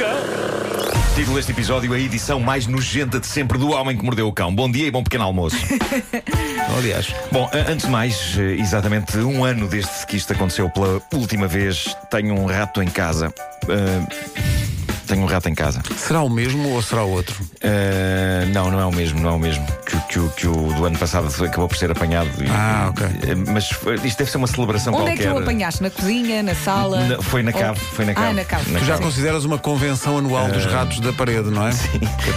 é título deste episódio, a edição mais nojenta de sempre do Homem que Mordeu o Cão. Bom dia e bom pequeno almoço. Aliás, Bom, a- antes de mais, eh, exatamente um ano desde que isto aconteceu pela última vez, tenho um rato em casa. Ah, tenho um rato em casa. será o mesmo ou será outro? Ah, não, não é o mesmo, não é o mesmo que, o- que o- que o do ano passado acabou por ser apanhado. E- Ah, ok. eh, Mas foi- isto deve ser uma celebração Onde é qualquer. eh, que o apanhaste? Na cozinha, na sala? Na- foi na Ou- cave, foi na Ah, cave. na cave. Na Tu já cave. consideras uma convenção anual É. dos ratos da parede, não é? Sim.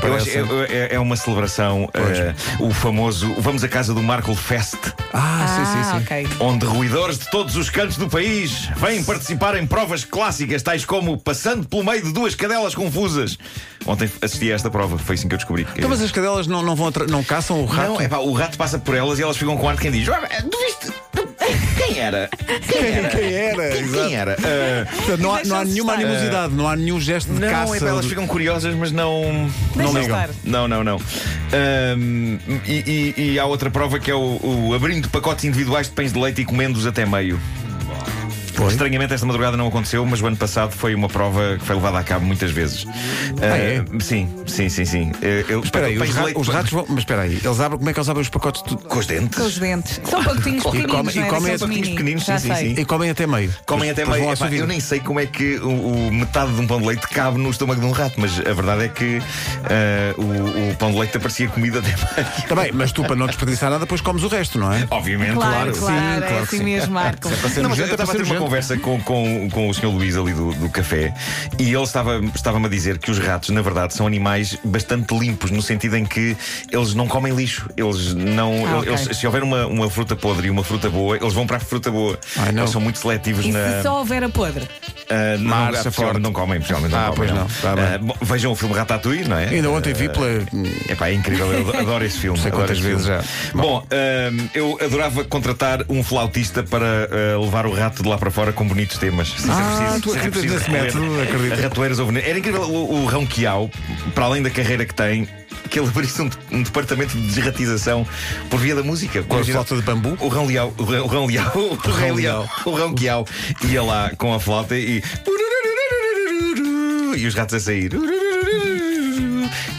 Eu acho- é- é, é uma celebração, eh, o famoso Vamos à Casa do Marco Fest, Ah, Ah, sim, sim, sim. ok. onde ruidores de todos os cantos do país vêm participar em provas clássicas, tais como passando pelo meio de duas cadelas confusas. Ontem assisti a esta prova, foi assim que eu descobri. que- Então, mas as cadelas não, não, vão atra- não caçam o rato? Não, é pá, o rato passa por elas e elas ficam com ar de quem diz: "Ah, Tu viste? Quem era? Quem era? Quem era? Quem- Exato. Quem era? Ah, Portanto, não, há, E não há deixam-se nenhuma estar. animosidade, não há nenhum gesto de Não, caça. é pá, elas de- ficam curiosas, mas não. Deixa não estar. Não, não, não. Ahm, e, e- e há outra prova que é o, o abrindo pacotes individuais de pães de leite e comendo-os até meio. Estranhamente, esta madrugada não aconteceu, mas o ano passado foi uma prova que foi levada a cabo muitas vezes. Ah, é? Sim, sim, sim, sim. Eh, eu- Espera aí, pães os, de ra- leite- os ratos vão. Mas espera aí, eles abrem, como é que eles abrem os pacotes de tudo? Com os dentes. Com os dentes. São pacotinhos E pequeninos, comem- e não é? comem Daqueles esses mini. pequeninos, Já sim, sim, sei. sim. E comem até meio. Comem Depois- até meio. depois vão ao Epá, açougue. eu nem sei como é que o, o metade de um pão de leite cabe no estômago de um rato, mas a verdade é que ah, o, o pão de leite aparecia comida até meio. Tá bem, mas tu, para não desperdiçar nada, depois comes o resto, não é? Obviamente, Claro, claro, Sim, é claro que assim sim. mesmo, Marco. ser Não, mas eu nojento, é estava a ter para ser uma nojento. conversa com, com, com o Sr. Luís ali do, do café e ele estava- estava-me a dizer que os ratos, na verdade, são animais bastante limpos, no sentido em que eles não comem lixo. Eles não. Ah, eles- ok. se houver uma, uma fruta podre e uma fruta boa, eles vão para a fruta boa. Ai, não. Eles são muito seletivos E na. se só houver a podre? ah, não, Marcha não, é forte. pessoalmente não comem, pessoalmente não Ah, comem. pois não. Tá bem. Ah, bom, vejam o filme Ratatouille, não é? Ainda ontem vi pela. Epá, é incrível, eu adoro esse filme. Sei adoro quantas esse vezes filme. já. Bom, hum, eu adorava contratar um flautista para uh, levar o rato de lá para fora com bonitos temas. Se Ah, preciso, tu se acreditas é preciso nesse recolher método? Acredito. Ratoeiras ou veneno. Era incrível o, o Rão Quiau, para além da carreira que tem, que ele abrisse um, um departamento de desratização por via da música. a Imagina- flauta de bambu? O Rão Liao, o Rão o Rão Liao, o Rão Rão Liao. Liao, o Rão Quiau ia lá com a flauta e. E os ratos a sair.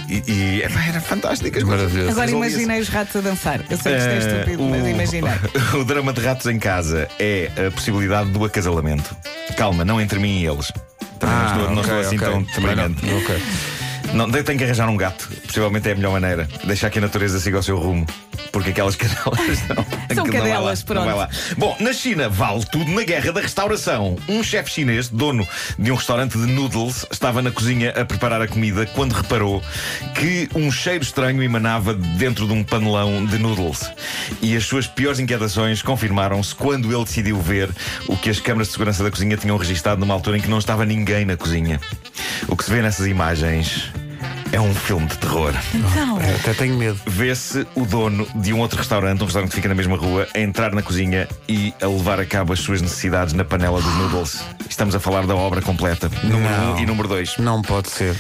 E, e epá, era fantásticas Maravilhoso. Agora imaginei os ratos a dançar. Eu sei que isto é estúpido, Eh, o- mas imaginei. O drama de ratos em casa é a possibilidade do acasalamento. Calma, não entre mim e eles. Também Ah, não estou, não Ah, estou assim tão brilhante. deprimente. Não, de- tenho que arranjar um gato. Possivelmente é a melhor maneira. Deixar que a natureza siga o seu rumo. Porque aquelas cadelas São não. que não vai lá, cadelas, pronto. não vai lá. Bom, na China vale tudo na guerra da restauração. Um chefe chinês, dono de um restaurante de noodles, estava na cozinha a preparar a comida quando reparou que um cheiro estranho emanava de dentro de um panelão de noodles. E as suas piores inquietações confirmaram-se quando ele decidiu ver o que as câmaras de segurança da cozinha tinham registado numa altura em que não estava ninguém na cozinha. O que se vê nessas imagens é um filme de terror Então, É, Até tenho medo. vê-se o dono de um outro restaurante, um restaurante que fica na mesma rua, a entrar na cozinha e a levar a cabo as suas necessidades na panela dos noodles. Estamos a falar da obra completa, número Não. 1 um e número 2. Não pode ser.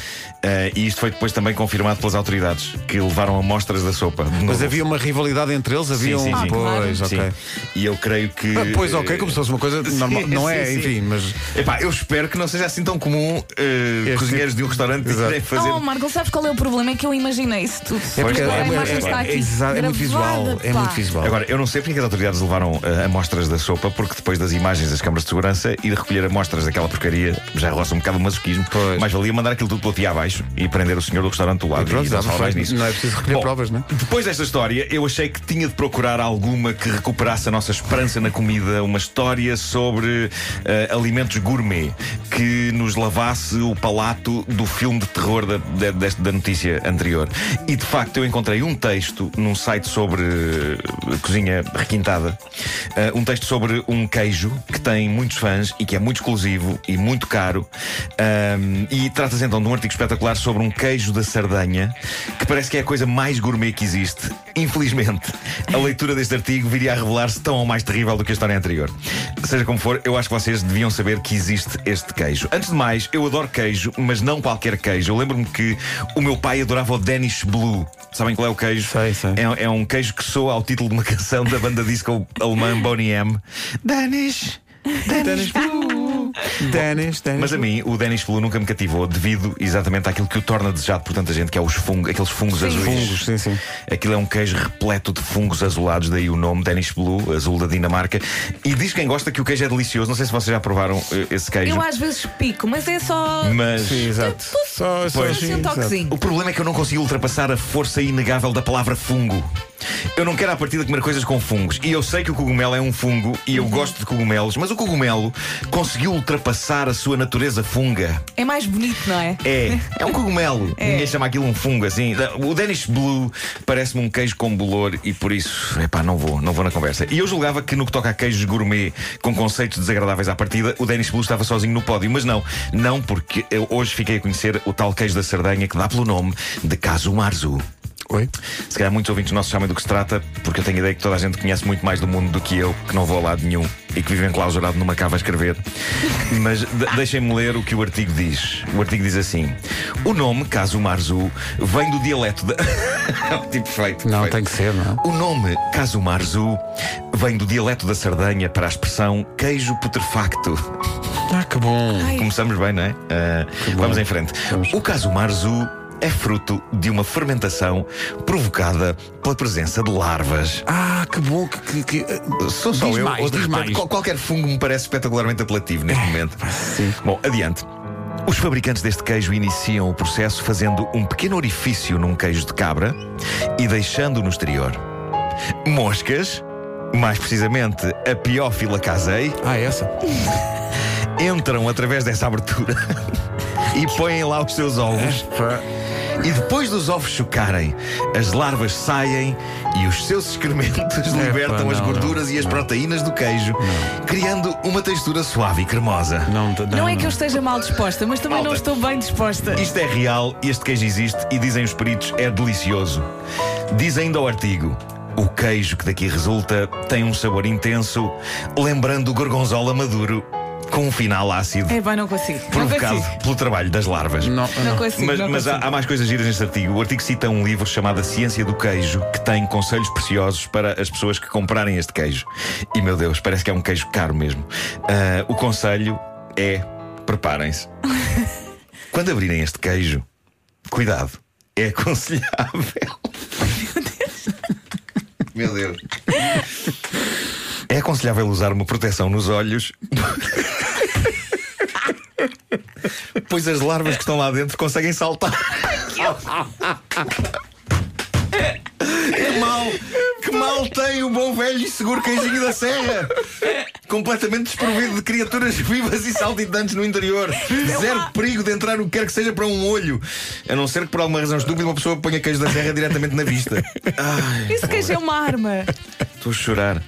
e isto foi depois também confirmado pelas autoridades, que levaram amostras da sopa. de Mas noodles. havia uma rivalidade entre eles? Havia Sim, sim, um. sim. Pois, Sim. ok. E eu creio que. Ah, Pois, ok, como se fosse uma coisa normal. Sim, Não é, sim, sim. enfim, mas. Epá, eu espero que não seja assim tão comum eh, Este cozinheiros de um restaurante Exato. quererem fazer. Oh, Marco, sabes qual é o problema? É que eu imaginei isso tudo. É Mas porque é, agora a é- imagem é- está aqui é- exato, é muito visual. gravada, É pá. muito visual. Agora, eu não sei porque é que as autoridades levaram ah, amostras da sopa, porque depois das imagens das câmaras de segurança, ir recolher amostras daquela porcaria já roça um bocado o masoquismo. Pois. Mas valia mandar aquilo tudo pela pia abaixo e prender o senhor do restaurante do lado. E pronto, não dá se fala para mais frente. nisso. Não é preciso recolher Bom, provas, né? Depois desta história, eu achei que tinha de procurar alguma que recuperasse a nossa esperança na comida, uma história sobre ah, alimentos gourmet que nos lavasse o palato do filme de terror da, da- deste- da notícia anterior. E de facto, eu encontrei um texto num site sobre eh, cozinha requintada, ah, um texto sobre um queijo que tem muitos fãs e que é muito exclusivo e muito caro. Ahm, e trata-se então de um artigo espetacular sobre um queijo da Sardanha, que parece que é a coisa mais gourmet que existe. Infelizmente, a leitura deste artigo viria a revelar-se tão ou mais terrível do que a história anterior. Seja como for, eu acho que vocês deviam saber que existe este queijo. Antes de mais, eu adoro queijo, mas não qualquer queijo. Eu lembro-me que o meu pai adorava o Danish Blue. Sabem qual é o queijo? Sei, sei. É, é um queijo que soa ao título de uma canção da banda disco alemã Boney M. Danish. Danish Blue. Ténis, ténis. Mas a mim, o Denis Flu nunca me cativou, devido exatamente àquilo que o torna desejado por tanta gente, que é os fungos, aqueles fungos azuis. Fungos, sim, sim. Aquilo é um queijo repleto de fungos azulados, daí o nome Denis Blue, azul da Dinamarca. E diz quem gosta que o queijo é delicioso. Não sei se vocês já provaram eh, esse queijo, Eu às vezes pico, mas é só. mas. Sim, exato. Só, só Pois. assim, Assim, um exato. toquezinho. O problema é que eu não consigo ultrapassar a força inegável da palavra fungo. Eu não quero à partida comer coisas com fungos. E eu sei que o cogumelo é um fungo e eu gosto de cogumelos, mas o cogumelo conseguiu ultrapassar a sua natureza funga. É mais bonito, não é? É, é um cogumelo. Ninguém chama aquilo um fungo assim. O Danish Blue parece-me um queijo com bolor e por isso, epá, não vou, não vou na conversa. E eu julgava que no que toca a queijos gourmet com conceitos desagradáveis à partida, o Danish Blue estava sozinho no pódio. Mas não, não porque eu hoje fiquei a conhecer o tal queijo da Sardanha que dá pelo nome de Caso Marzu. Oi? Se calhar muitos ouvintes nossos sabem do que se trata, porque eu tenho a ideia que toda a gente conhece muito mais do mundo do que eu, que não vou a lado nenhum e que vive enclausurado numa cava a escrever. Mas de- deixem-me ler o que o artigo diz. O artigo diz assim: O nome, caso Marzu, vem do dialeto da. tipo feito. Não, feito. tem que ser, não. O nome Casumarzu vem do dialeto da Sardanha para a expressão queijo putrefacto. Ah, que bom. Começamos bem, não é? Ah, vamos em frente. Vamos. O caso Marzu é fruto de uma fermentação provocada pela presença de larvas. Ah, que bom que. que, eh, que- Sou só diz eu, mais, ou de diz repente, mais. qual- qualquer fungo me parece espetacularmente apelativo neste momento. Sim. Bom, adiante. Os fabricantes deste queijo iniciam o processo fazendo um pequeno orifício num queijo de cabra e deixando no exterior. Moscas, mais precisamente a Piófila casei, Ah, essa? entram através dessa abertura e põem lá os seus ovos. E depois dos ovos chocarem, as larvas saem e os seus excrementos Epá, libertam as não, gorduras e as proteínas do queijo, criando uma textura suave e cremosa. Não, não, Não é que eu esteja mal disposta, mas também Malta. não estou bem disposta. Isto é real, este queijo existe e dizem os peritos é delicioso. Diz ainda o artigo: o queijo que daqui resulta tem um sabor intenso, lembrando o gorgonzola maduro, com um final ácido, É bem, não consigo. Não provocado consigo. pelo trabalho das larvas. Não Não, um não. consigo. Mas, assim, não mas há, consigo. há mais coisas giras neste artigo. O artigo cita um livro chamado A Ciência do Queijo, que tem conselhos preciosos para as pessoas que comprarem este queijo. E, meu Deus, parece que é um queijo caro mesmo. Ah, o conselho é: preparem-se. Quando abrirem este queijo, cuidado, é aconselhável. Meu Deus. É aconselhável usar uma proteção nos olhos Pois as larvas que estão lá dentro conseguem saltar. Que mal, que mal tem o bom velho e seguro queijinho da serra. Completamente desprovido de criaturas vivas e saltitantes no interior. Zero perigo de entrar o que quer que seja para um olho. A não ser que por alguma razão estúpida uma pessoa ponha queijo da serra diretamente na vista. Isso queijo é uma arma. Estou a chorar.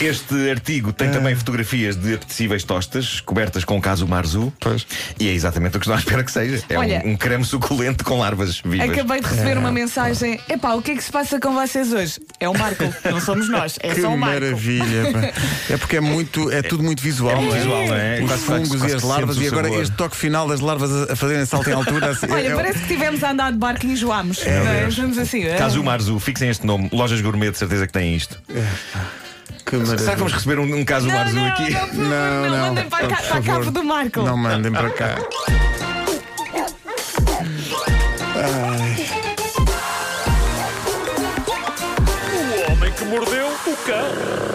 Este artigo tem também fotografias de apetecíveis tostas cobertas com caso marzu. Pois. E é exatamente o que estou à espera que seja. É um- Olha. um, creme suculento com larvas vivas. Acabei de receber É. uma mensagem. Epá, o que é que se passa com vocês hoje? É o Marco, não somos nós, é Que só o Marco. maravilha. pá. É porque é muito, é tudo muito visual. É muito não visual, não é? Os Quase- fungos quase e as que sentes larvas o e agora sabor. este toque final das larvas a- a fazerem salto em altura. assim, Olha, é- parece que tivemos a andar de barco e enjoámos. Meu Não é? Deus. Vamos assim. é. Caso marzu, fixem este nome. Lojas gourmet, de certeza que têm isto. que Será maravilha. que vamos receber um, um caso Não, marzu é? não, aqui? não, por favor, Não, não, não, mandem para, por cá, para a favor. cabo do Marco. Não mandem para cá. O homem que mordeu o cão.